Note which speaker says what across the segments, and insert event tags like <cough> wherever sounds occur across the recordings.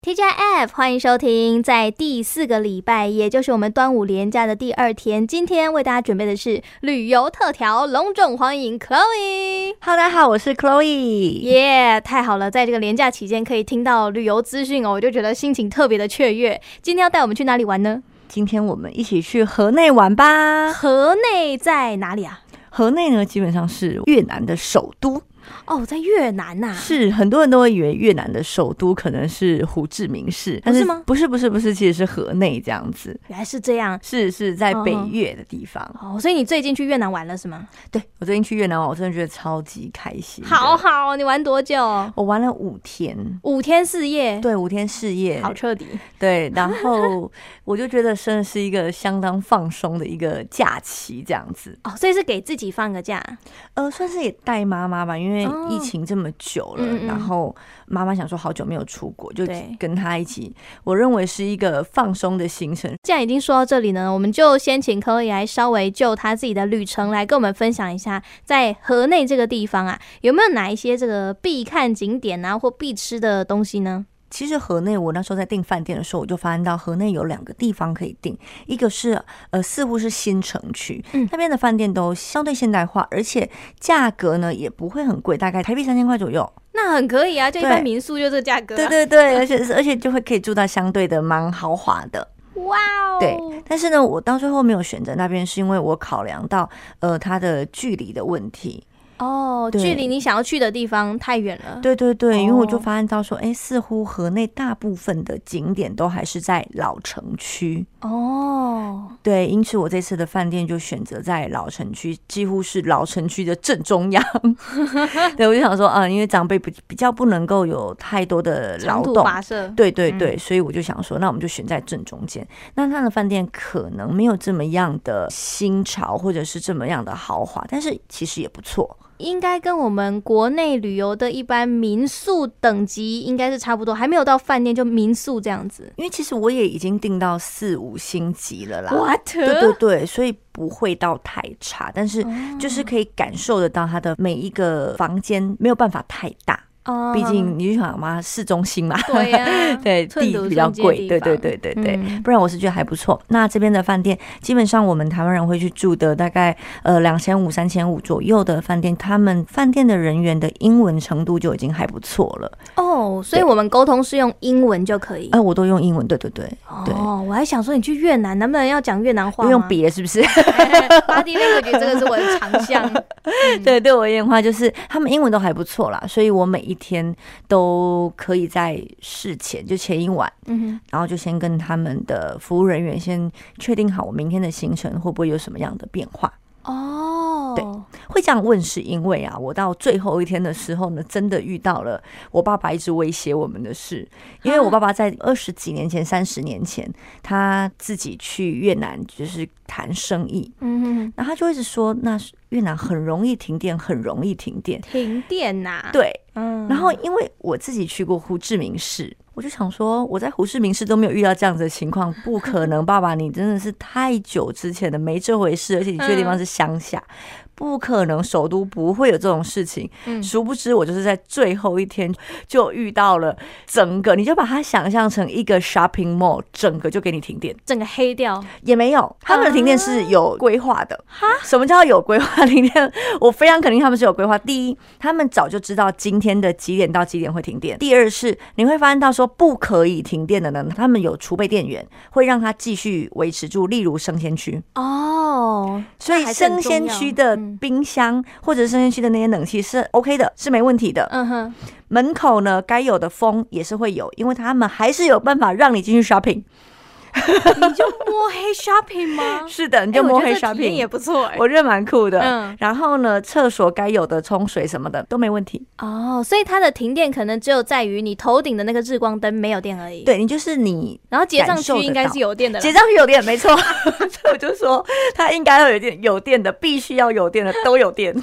Speaker 1: TGIF，欢迎收听。在第四个礼拜，也就是我们端午连假的第二天，今天为大家准备的是旅游特调，隆重欢迎 Chloe。
Speaker 2: 哈喽，大家好，我是 Chloe。
Speaker 1: 耶太好了！在这个连假期间，可以听到旅游资讯哦，我就觉得心情特别的雀跃。今天要带我们去哪里玩呢？
Speaker 2: 今天我们一起去河内玩吧。
Speaker 1: 河内在哪里啊？
Speaker 2: 河内呢，基本上是越南的首都，
Speaker 1: 哦，在越南呐、
Speaker 2: 是很多人都会以为越南的首都可能是胡志明市，但
Speaker 1: 不是吗
Speaker 2: 不是，不是，不是，其实是河内这样子，
Speaker 1: 原来是这样
Speaker 2: 是是在北
Speaker 1: 嗯嗯
Speaker 2: 越的地方。
Speaker 1: 哦，所以你最近去越南玩了是吗？
Speaker 2: 对我最近去越南玩，我真的觉得超级开心。
Speaker 1: 好，好，你玩多久？
Speaker 2: 我玩了五天。
Speaker 1: 五天四夜，
Speaker 2: 对，五天四夜，
Speaker 1: 好彻底。
Speaker 2: 对，然后 <laughs> 我就觉得真的是一个相当放松的一个假期，这样子。
Speaker 1: 哦，所以是给自己放个假。
Speaker 2: 呃，算是也带妈妈吧，因为
Speaker 1: 哦
Speaker 2: 疫情这么久了，
Speaker 1: 嗯嗯嗯
Speaker 2: 然后妈妈想说好久没有出国，就
Speaker 1: 对
Speaker 2: 跟她一起，我认为是一个放松的行程。
Speaker 1: 既然已经说到这里呢，我们就先请科里来稍微就他自己的旅程来跟我们分享一下，在河内这个地方啊，有没有哪一些这个必看景点啊，或必吃的东西呢？
Speaker 2: 其实河内，我那时候在订饭店的时候，我就发现到河内有两个地方可以订，一个是呃似乎是新城区，
Speaker 1: 嗯
Speaker 2: 那边的饭店都相对现代化，而且价格呢也不会很贵，大概台币三千块左右。
Speaker 1: 那很可以啊，就一般
Speaker 2: 对
Speaker 1: 民宿就这个价格、啊。
Speaker 2: 对对对，而且而且就会可以住到相对的蛮豪华的。
Speaker 1: 对，哇哦，
Speaker 2: 对，但是呢，我到最后没有选择那边，是因为我考量到呃它的距离的问题。
Speaker 1: 哦，
Speaker 2: 对
Speaker 1: 距离你想要去的地方太远了。
Speaker 2: 对对对，因为我就
Speaker 1: 哦
Speaker 2: 发现到说，哎、似乎河内大部分的景点都还是在老城区。
Speaker 1: 哦，
Speaker 2: 对，因此我这次的饭店就选择在老城区，几乎是老城区的正中央。 <laughs> 对，我就想说啊、因为长辈不比较不能够有太多的劳
Speaker 1: 长途
Speaker 2: 动，
Speaker 1: 跋涉。
Speaker 2: 对对对，
Speaker 1: 嗯
Speaker 2: 所以我就想说，那我们就选在正中间。那它的饭店可能没有这么样的新潮，或者是这么样的豪华，但是其实也不错。
Speaker 1: 应该跟我们国内旅游的一般民宿等级应该是差不多，还没有到饭店就民宿这样子。
Speaker 2: 因为其实我也已经订到四五星级了啦。
Speaker 1: What？
Speaker 2: 对对对，所以不会到太差，但是
Speaker 1: 哦
Speaker 2: 就是可以感受得到它的每一个房间没有办法太大，
Speaker 1: 哦
Speaker 2: 毕竟你就想嘛，市中心嘛，
Speaker 1: <laughs> 对呀、
Speaker 2: <laughs> 对，
Speaker 1: 寸
Speaker 2: 地
Speaker 1: 土
Speaker 2: 比较
Speaker 1: 寸金的
Speaker 2: 贵，
Speaker 1: 地
Speaker 2: 对对
Speaker 1: 方
Speaker 2: 对对对。
Speaker 1: 嗯
Speaker 2: 不然我是觉得还不错。那这边的饭店，基本上我们台湾人会去住的，大概呃两千五、三千五左右的饭店，他们饭店的人员的英文程度就已经还不错了。
Speaker 1: 哦，所以我们沟通是用英文就可以。
Speaker 2: 哎、我都用英文，对对对，对
Speaker 1: 哦，我还想说你去越南能不能要讲越南话
Speaker 2: 都
Speaker 1: 吗？
Speaker 2: 用笔了是不是？
Speaker 1: ，body language 这个是我的长项。
Speaker 2: <laughs> 对，对我而言的话，就是他们英文都还不错啦，所以我每一天都可以在事前就前一晚。
Speaker 1: 嗯
Speaker 2: 然后就先跟他们的服务人员先确定好我明天的行程会不会有什么样的变化。
Speaker 1: 哼，哦，
Speaker 2: 对会这样问是因为啊，我到最后一天的时候呢，真的遇到了我爸爸一直威胁我们的事。因为我爸爸在二十几年前、三十年前，他自己去越南就是谈生意，
Speaker 1: 嗯哼，
Speaker 2: 然后他就一直说，那是越南很容易停电，很容易停电。
Speaker 1: 停电呐、，
Speaker 2: 对，
Speaker 1: 嗯
Speaker 2: 然后因为我自己去过胡志明市，我就想说，我在胡志明市都没有遇到这样子的情况，不
Speaker 1: <laughs>
Speaker 2: 可能，爸爸，你真的是太久之前的没这回事，而且你去的地
Speaker 1: 嗯
Speaker 2: 方是乡下，不可能，首都不会有这种事情。
Speaker 1: 嗯
Speaker 2: 殊不知，我就是在最后一天就遇到了整个，你就把它想象成一个 shopping mall，整个就给你停电，
Speaker 1: 整个黑掉，
Speaker 2: 也没
Speaker 1: 啊
Speaker 2: 有，他们的停电是有规划的。什么叫有规划停电？ <laughs> 我非常肯定他们是有规划。第一，他们早就知道今天的几点到几点会停电；第二是你会发现到说不可以停电的呢，他们有储备电源，会让它继续维持住。例如生鲜区，
Speaker 1: 哦，
Speaker 2: 所以
Speaker 1: 那还是
Speaker 2: 生
Speaker 1: 很重要
Speaker 2: 鲜区的
Speaker 1: 嗯
Speaker 2: 冰箱或者生鲜区的那些冷气是 OK 的，是没问题的。
Speaker 1: 嗯哼，
Speaker 2: 门口呢，该有的风也是会有，因为他们还是有办法让你进去 shopping。
Speaker 1: 你就摸黑 shopping 吗？
Speaker 2: 是 <laughs> 的，你
Speaker 1: 你
Speaker 2: 就摸黑
Speaker 1: 体验
Speaker 2: shopping
Speaker 1: 也不错、欸。
Speaker 2: 我觉得蛮酷的。
Speaker 1: 嗯
Speaker 2: 然后呢，厕所该有的冲水什么的都没问题。
Speaker 1: 哦，所以它的停电可能只有在于你头顶的那个日光灯没有电而已。，
Speaker 2: 对你就是你
Speaker 1: 然后结账
Speaker 2: 感
Speaker 1: 区
Speaker 2: 受得
Speaker 1: 应该
Speaker 2: 到
Speaker 1: 是有电的啦。
Speaker 2: 结账是有电没错， <laughs> 所以我就说它应该要有电，有电的必须要有电的都有电。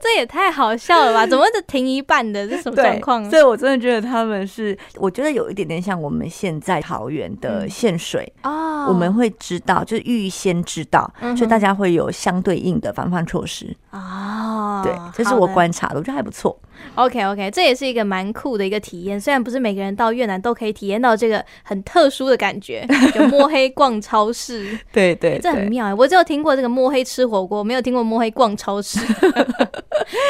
Speaker 1: 这也太好笑
Speaker 2: <laughs>
Speaker 1: 了吧？怎么只停一半的？这什么状
Speaker 2: 对
Speaker 1: 况，啊？
Speaker 2: 所以我真的觉得他们是，我觉得有一点点像我们现在桃园的
Speaker 1: 嗯
Speaker 2: 限水。
Speaker 1: 哦
Speaker 2: 我们会知道，就是预先知道，
Speaker 1: 嗯哼
Speaker 2: 所以大家会有相对应的防范措施。
Speaker 1: 哦，
Speaker 2: 对，这是
Speaker 1: 好
Speaker 2: 我
Speaker 1: 的
Speaker 2: 观察的，我觉得还不错。
Speaker 1: OK OK，这也是一个蛮酷的一个体验。虽然不是每个人到越南都可以体验到这个很特殊的感
Speaker 2: <laughs>
Speaker 1: 觉，有摸黑逛超市，
Speaker 2: 对对
Speaker 1: 这很妙哎、我只有听过这个摸黑吃火锅，没有听过摸黑逛超
Speaker 2: <laughs>
Speaker 1: 市，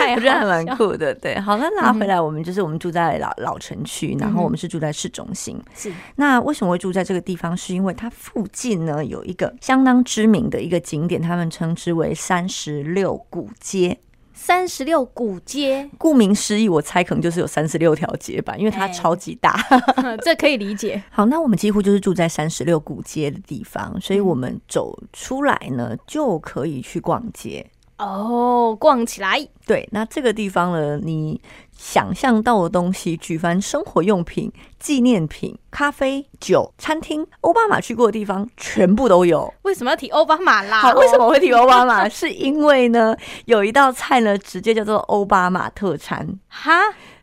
Speaker 1: 太
Speaker 2: 我觉得还蛮
Speaker 1: 好笑
Speaker 2: 酷的，对。好，那拉回来，我们就是我们住在老老城区，然后我们是住在市中心。
Speaker 1: 是
Speaker 2: 那为什么会住在这个地方？是因为它附近呢有一个相当知名的一个景点，他们称之为三十六古街。
Speaker 1: 三十六古街， <laughs>
Speaker 2: 顾名思义，我猜可能就是有三十六条街吧，因为它
Speaker 1: 哎
Speaker 2: 超级大。 <laughs>
Speaker 1: 这可以理解。
Speaker 2: 好，那我们几乎就是住在三十六古街的地方，所以我们走出来呢就可以去逛街。
Speaker 1: 哦、逛起来，
Speaker 2: 对，那这个地方呢，你想象到的东西，举凡生活用品、纪念品、咖啡、酒、餐厅，奥巴马去过的地方全部都有。
Speaker 1: 为什么要提奥巴马啦？
Speaker 2: 好，为什么会提奥巴马？ <laughs> 是因为呢，有一道菜呢，直接叫做奥巴马特餐。
Speaker 1: 哈？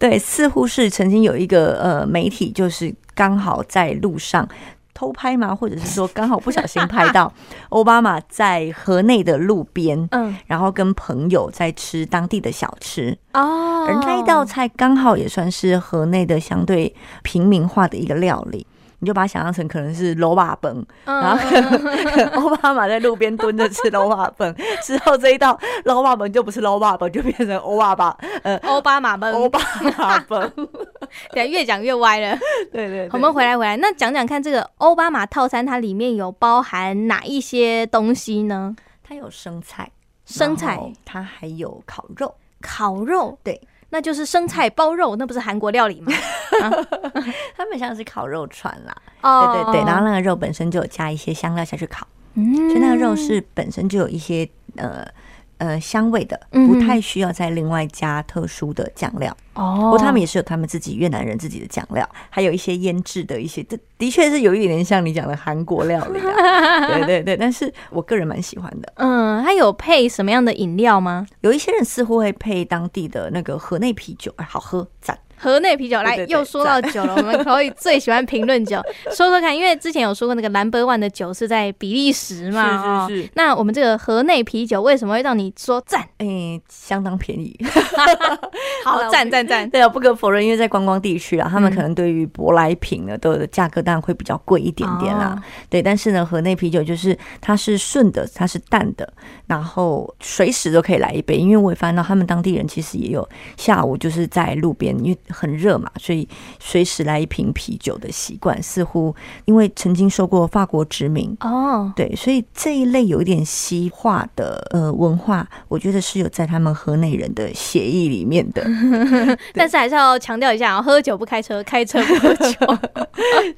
Speaker 2: 对，似乎是曾经有一个呃媒体，就是刚好在路上偷拍吗？或者是说刚好不小心拍到奥巴马在河内的路边，
Speaker 1: 嗯，
Speaker 2: 然后跟朋友在吃当地的小吃。
Speaker 1: 哦，
Speaker 2: 而那一道菜刚好也算是河内的相对平民化的一个料理。你就把它想象成可能是罗瓦崩，
Speaker 1: 嗯，
Speaker 2: 然后 <laughs> 奥巴马在路边蹲着吃罗瓦崩，之后这一道罗瓦崩就不是罗瓦崩，就变成欧巴巴
Speaker 1: 奥巴马们，
Speaker 2: 欧巴马
Speaker 1: <laughs>
Speaker 2: 崩。
Speaker 1: 等一下越讲越歪了。
Speaker 2: 对对对，
Speaker 1: 我们回来回来，那讲讲看这个奥巴马套餐，它里面有包含哪一些东西呢？
Speaker 2: 它有生菜，
Speaker 1: 生
Speaker 2: 然后
Speaker 1: 菜、
Speaker 2: 它还有烤肉，
Speaker 1: 烤肉，
Speaker 2: 对，
Speaker 1: 那就是生菜包肉，那不是韩国料理吗？
Speaker 2: 他们像是烤肉串啦。
Speaker 1: 哦
Speaker 2: <laughs> 对对对，然后那个肉本身就有加一些香料下去烤。
Speaker 1: 嗯
Speaker 2: 所以那个肉是本身就有一些呃呃香味的，
Speaker 1: 嗯
Speaker 2: 不太需要再另外加特殊的酱料。不
Speaker 1: 哦
Speaker 2: 过他们也是有他们自己越南人自己的酱料，还有一些腌制的一些，这的确是有一点点像你讲的韩国料理、
Speaker 1: <laughs>
Speaker 2: 啊。对对对，但是我个人蛮喜欢的。
Speaker 1: 嗯，它有配什么样的饮料吗？
Speaker 2: 有一些人似乎会配当地的那个河内啤酒，哎，好喝，赞。
Speaker 1: 河内啤酒来
Speaker 2: 对对对啊
Speaker 1: 又说到酒了，我们 Chloe 最喜欢评论酒， <laughs> 说说看，因为之前有说过那个兰博万的酒是在比利时嘛，
Speaker 2: 是是是
Speaker 1: 哦那我们这个河内啤酒为什么会让你说赞？
Speaker 2: 哎、相当便宜。 <laughs> 好
Speaker 1: 好
Speaker 2: 啦
Speaker 1: 赞赞赞，
Speaker 2: 对啊，不可否认，因为在观光地区啊，他
Speaker 1: 嗯
Speaker 2: 们可能对于舶来品呢的价格当然会比较贵一点点啦。
Speaker 1: 哦
Speaker 2: 对，但是呢，河内啤酒就是它是顺的，它是淡的，然后随时都可以来一杯。因为我也发现到他们当地人其实也有下午就是在路边，因为很热嘛，所以随时来一瓶啤酒的习惯，似乎因为曾经受过法国殖民，
Speaker 1: 哦，
Speaker 2: 对，所以这一类有一点西化的呃文化，我觉得是有在他们河内人的协议里面的。
Speaker 1: 但是还是要强调一下、哦，喝酒不开车，开车不喝
Speaker 2: <laughs>
Speaker 1: 酒。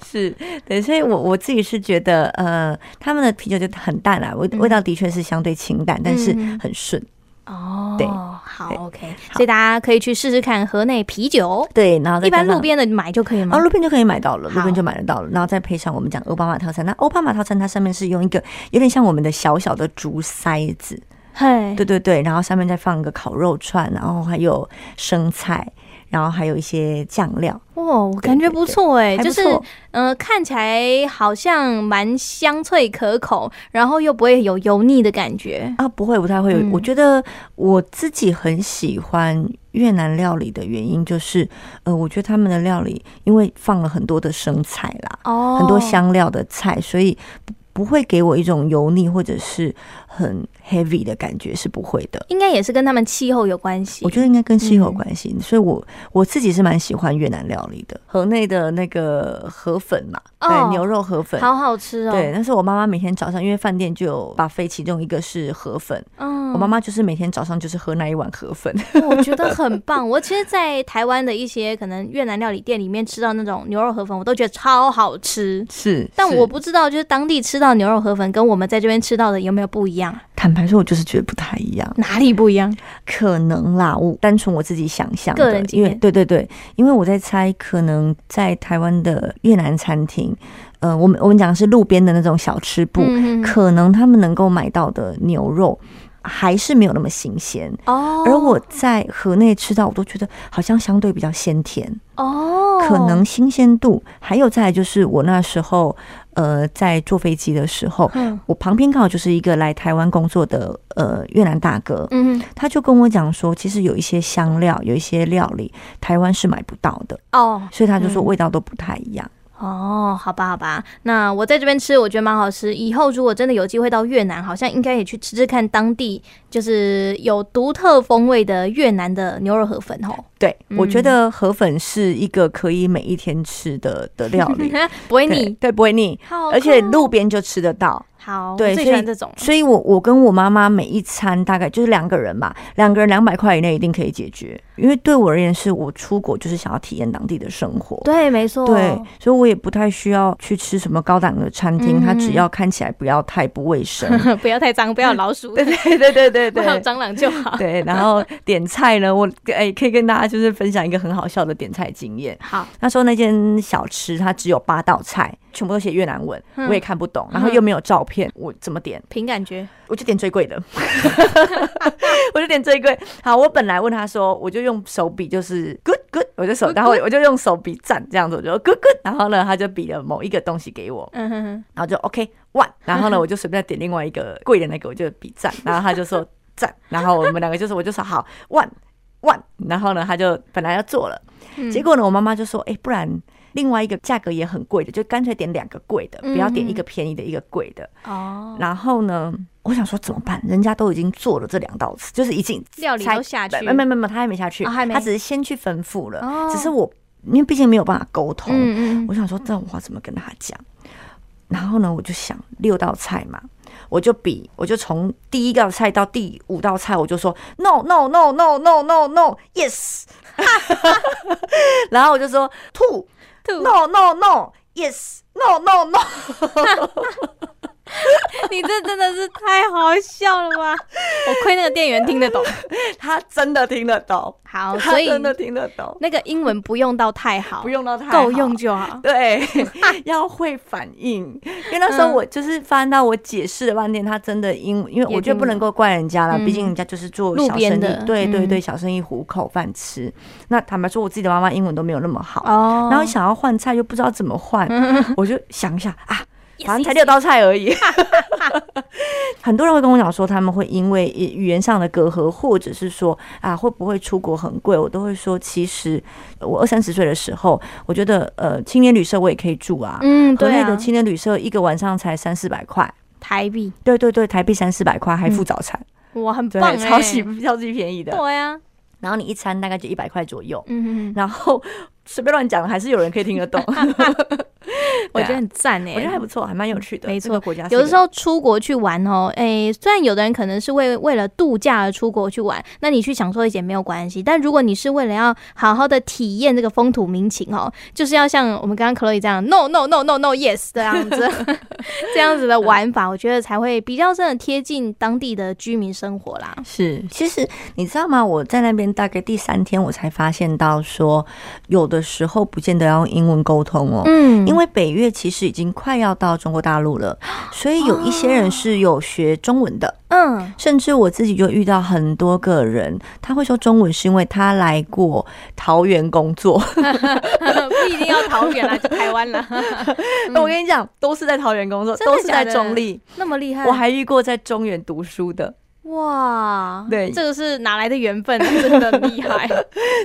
Speaker 2: 是对，所以我我自己是觉得，呃，他们的啤酒就很淡啦，味
Speaker 1: 嗯
Speaker 2: 味道的确是相对清淡，但是
Speaker 1: 嗯
Speaker 2: 很顺。
Speaker 1: 哦
Speaker 2: 对
Speaker 1: 好
Speaker 2: 对
Speaker 1: ，OK，
Speaker 2: 好
Speaker 1: 所以大家可以去试试看河内啤酒，
Speaker 2: 对，然后再
Speaker 1: 一般
Speaker 2: 加上
Speaker 1: 路。边的买就可以吗？
Speaker 2: 哦，路边就可以买到了，路
Speaker 1: 好
Speaker 2: 边就买得到了，然后再配上我们讲奥巴马套餐。那奥巴马套餐它上面是用一个有点像我们的小小的竹筛子，
Speaker 1: 嘿，
Speaker 2: 对对对，然后上面再放一个烤肉串，然后还有生菜，然后还有一些酱料，
Speaker 1: 哇，我感觉不错哎，
Speaker 2: 还
Speaker 1: 就
Speaker 2: 不
Speaker 1: 是
Speaker 2: 错。
Speaker 1: 呃，看起来好像蛮香脆可口，然后又不会有油腻的感觉。
Speaker 2: 啊，不会，不太会有。
Speaker 1: 嗯
Speaker 2: 我觉得我自己很喜欢越南料理的原因就是，呃，我觉得他们的料理因为放了很多的生菜啦，
Speaker 1: 哦，
Speaker 2: 很多香料的菜，所以不不会给我一种油腻或者是很 heavy 的感觉，是不会的。
Speaker 1: 应该也是跟他们气候有关系。
Speaker 2: 我觉得应该跟气候有关
Speaker 1: 嗯
Speaker 2: 系，所以我我自己是蛮喜欢越南料理的。河内的那个河粉嘛，
Speaker 1: 哦
Speaker 2: 对，牛肉河粉。
Speaker 1: 好好吃哦。
Speaker 2: 对，，但是我妈妈每天早上，因为饭店就有把飞，其中一个是河粉，
Speaker 1: 嗯，
Speaker 2: 我妈妈就是每天早上就是喝那一碗河粉， <laughs>
Speaker 1: 我觉得很棒。我其实，在台湾的一些可能越南料理店里面吃到那种牛肉河粉，我都觉得超好吃。
Speaker 2: 是
Speaker 1: 但我不知道，就是当地吃到牛肉河粉跟我们在这边吃到的有没有不一样？
Speaker 2: 坦白说，我就是觉得不太一样，
Speaker 1: 哪里不一样？
Speaker 2: 可能啦，我单纯我自己想象的，
Speaker 1: 个人经
Speaker 2: 因
Speaker 1: 验
Speaker 2: 为对对对，因为我在猜，可能在台湾的越南餐厅，呃，我们我们讲的是路边的那种小吃部，
Speaker 1: 嗯
Speaker 2: 可能他们能够买到的牛肉还是没有那么新鲜，
Speaker 1: 哦，
Speaker 2: 而我在河内吃到，我都觉得好像相对比较鲜甜。
Speaker 1: 哦，
Speaker 2: 可能新鲜度，还有再来就是我那时候，呃在坐飞机的时候，
Speaker 1: 嗯
Speaker 2: 我旁边刚好就是一个来台湾工作的呃越南大哥，
Speaker 1: 嗯哼
Speaker 2: 他就跟我讲说，其实有一些香料，有一些料理台湾是买不到的，
Speaker 1: 哦
Speaker 2: 所以他就说
Speaker 1: 嗯
Speaker 2: 味道都不太一样。
Speaker 1: 哦，好吧好吧，那我在这边吃，我觉得蛮好吃。以后如果真的有机会到越南，好像应该也去吃吃看当地就是有独特风味的越南的牛肉河粉哦。
Speaker 2: 对，
Speaker 1: 嗯
Speaker 2: 我觉得河粉是一个可以每一天吃的的料理，
Speaker 1: <laughs> 不会
Speaker 2: 对
Speaker 1: 腻，
Speaker 2: 对不会腻，
Speaker 1: 嗯哎好哦
Speaker 2: 而且
Speaker 1: 看
Speaker 2: 路边就吃得到。
Speaker 1: 好，
Speaker 2: 对
Speaker 1: 我最
Speaker 2: 所
Speaker 1: 喜
Speaker 2: 以
Speaker 1: 欢这种。
Speaker 2: 所以我我跟我妈妈每一餐大概就是两个人嘛，两个人两百块以内一定可以解决，因为对我而言是我出国就是想要体验当地的生活。
Speaker 1: 对，没错，
Speaker 2: 对，所以我也不太需要去吃什么高档的餐
Speaker 1: 嗯
Speaker 2: 厅，它只要看起来不要太不卫生。
Speaker 1: <laughs> 不要太脏，不要老鼠，
Speaker 2: <laughs> 对 <laughs> 对对对对
Speaker 1: 不要有
Speaker 2: 对。
Speaker 1: 蟑螂就好。
Speaker 2: 对，然后点菜呢，我哎、可以跟大家就是分享一个很好笑的点菜经验。
Speaker 1: 好，
Speaker 2: 那时候那间小吃它只有八道菜，全部都写越南文，
Speaker 1: 嗯
Speaker 2: 我也看不懂，然后又没有照片，我怎么点？
Speaker 1: 凭感觉。
Speaker 2: 我就点最贵的， <laughs> 我就点最贵。好，我本来问他说，我就用手比，就是 good good，我就手，
Speaker 1: Good,
Speaker 2: 然后我就用手比赞这样子，我就 good good，然后呢，他就比了某一个东西给我，
Speaker 1: 嗯哼哼，
Speaker 2: 然后就 OK one，然后呢，我就随便点另外一个贵的那个，我就比赞，然后他就说赞，然后我们两个就是我就说好 one one，然后呢，他就本来要做了，
Speaker 1: 嗯
Speaker 2: 结果呢，我妈妈就说，哎、不然。另外一个价格也很贵的，就干脆点两个贵的，不要
Speaker 1: 嗯
Speaker 2: 点一个便宜的，一个贵的。
Speaker 1: 哦，
Speaker 2: 然后呢，我想说怎么办？人家都已经做了这两道菜，就是已经
Speaker 1: 料理
Speaker 2: 才
Speaker 1: 哦都下去，
Speaker 2: 没没没没，他还没下去，
Speaker 1: 哦还没
Speaker 2: 他只是先去吩咐了。
Speaker 1: 哦
Speaker 2: 只是我因为毕竟没有办法沟通，
Speaker 1: 嗯嗯
Speaker 2: 我想说这我要怎么跟他讲？然后呢，我就想六道菜嘛，我就比，我就从第一道菜到第五道菜，我就说 no no no no no no no yes，然后我就说 two
Speaker 1: 吐
Speaker 2: no no no yes no no no，
Speaker 1: 你这真的是太好笑了吧！我亏那个店员听
Speaker 2: <laughs>
Speaker 1: 得懂。
Speaker 2: 他真的听得懂。
Speaker 1: 好，
Speaker 2: 他
Speaker 1: 所以
Speaker 2: 真的听得懂，
Speaker 1: 那个英文不用到太好，
Speaker 2: 不用到哦太好
Speaker 1: 够用。就好。<laughs>
Speaker 2: <laughs> 对，要会反应，因为那时候
Speaker 1: 嗯
Speaker 2: 我就是翻到我解释了半天，他真的因因为
Speaker 1: 也
Speaker 2: 我觉
Speaker 1: 听
Speaker 2: 得不能够怪人家了，
Speaker 1: 嗯
Speaker 2: 毕竟人家就是做
Speaker 1: 路
Speaker 2: 小
Speaker 1: 边
Speaker 2: 生
Speaker 1: 的
Speaker 2: 意，对对对，
Speaker 1: 嗯
Speaker 2: 小生意糊口饭吃。那坦白说，我自己的妈妈英文都没有那么好，
Speaker 1: 哦
Speaker 2: 然后想要换菜又不知道怎
Speaker 1: <laughs>
Speaker 2: 么换，我就想一下啊，
Speaker 1: Yes,
Speaker 2: 反正才
Speaker 1: yes,
Speaker 2: 六道菜而已。 <laughs> 很多人会跟我讲说，他们会因为语言上的隔阂，或者是说啊，会不会出国很贵？我都会说，其实呃我二三十岁的时候，我觉得呃，青年旅社我也可以住啊。
Speaker 1: 嗯，
Speaker 2: 国
Speaker 1: 对
Speaker 2: 内
Speaker 1: 啊
Speaker 2: 的，青年旅社一个晚上才三四百块，
Speaker 1: 台币
Speaker 2: 对对对，台币三四百块还附早餐，
Speaker 1: 哇，很
Speaker 2: 对
Speaker 1: 嗯棒，哎，
Speaker 2: 超级超级便宜的。
Speaker 1: 对啊呀，
Speaker 2: 然后你一餐大概就一百块左右，
Speaker 1: 嗯，嗯嗯
Speaker 2: 然后 <laughs> 随便乱讲，还是有人可以听
Speaker 1: <laughs>
Speaker 2: 得懂。
Speaker 1: 我觉得很赞哎，
Speaker 2: 啊我觉得还不错，还蛮有趣的。
Speaker 1: 嗯没
Speaker 2: 这个国家是
Speaker 1: 有的
Speaker 2: 一
Speaker 1: 时
Speaker 2: 个
Speaker 1: 候出国去玩哦，诶，虽然有的人可能是为为了度假而出国去玩，那你去享受一些没有关系。但如果你是为了要好好的体验这个风土民情哦，就是要像我们刚刚 Chloe 这样 no no no no no yes 这样子， <laughs> 这样子的玩法，我觉得才会比较真的贴近当地的居民生活啦。
Speaker 2: 是，其实你知道吗？我在那边大概第三天，我才发现到说，有的时候不见得要用英文沟通哦。
Speaker 1: 嗯
Speaker 2: 因为北越其实已经快要到中国大陆了，所以有一些人是有学中文的，
Speaker 1: <laughs> 嗯
Speaker 2: 甚至我自己就遇到很多个人，他会说中文是因为他来过桃园工作。
Speaker 1: 不一定要桃园啦，啊就台湾啦，
Speaker 2: <laughs> 我跟你讲，都是在桃园工作，
Speaker 1: 嗯真的
Speaker 2: 都是在
Speaker 1: 假的嗯
Speaker 2: 中立，
Speaker 1: <laughs> 那么厉害，
Speaker 2: 我还遇过在中原读书的， <laughs>
Speaker 1: 哇，
Speaker 2: 对
Speaker 1: 这个是哪来的缘分啊？真的厉害。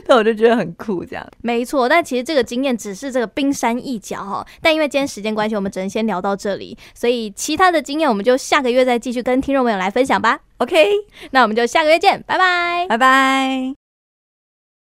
Speaker 2: 那我就觉得很酷，这样。
Speaker 1: 没错，但其实这个经验只是这个冰山一角哈。但因为今天时间关系，我们只能先聊到这里，所以其他的经验我们就下个月再继续跟听众朋友来分享吧。
Speaker 2: OK，
Speaker 1: 那我们就下个月见，拜拜。
Speaker 2: 拜拜。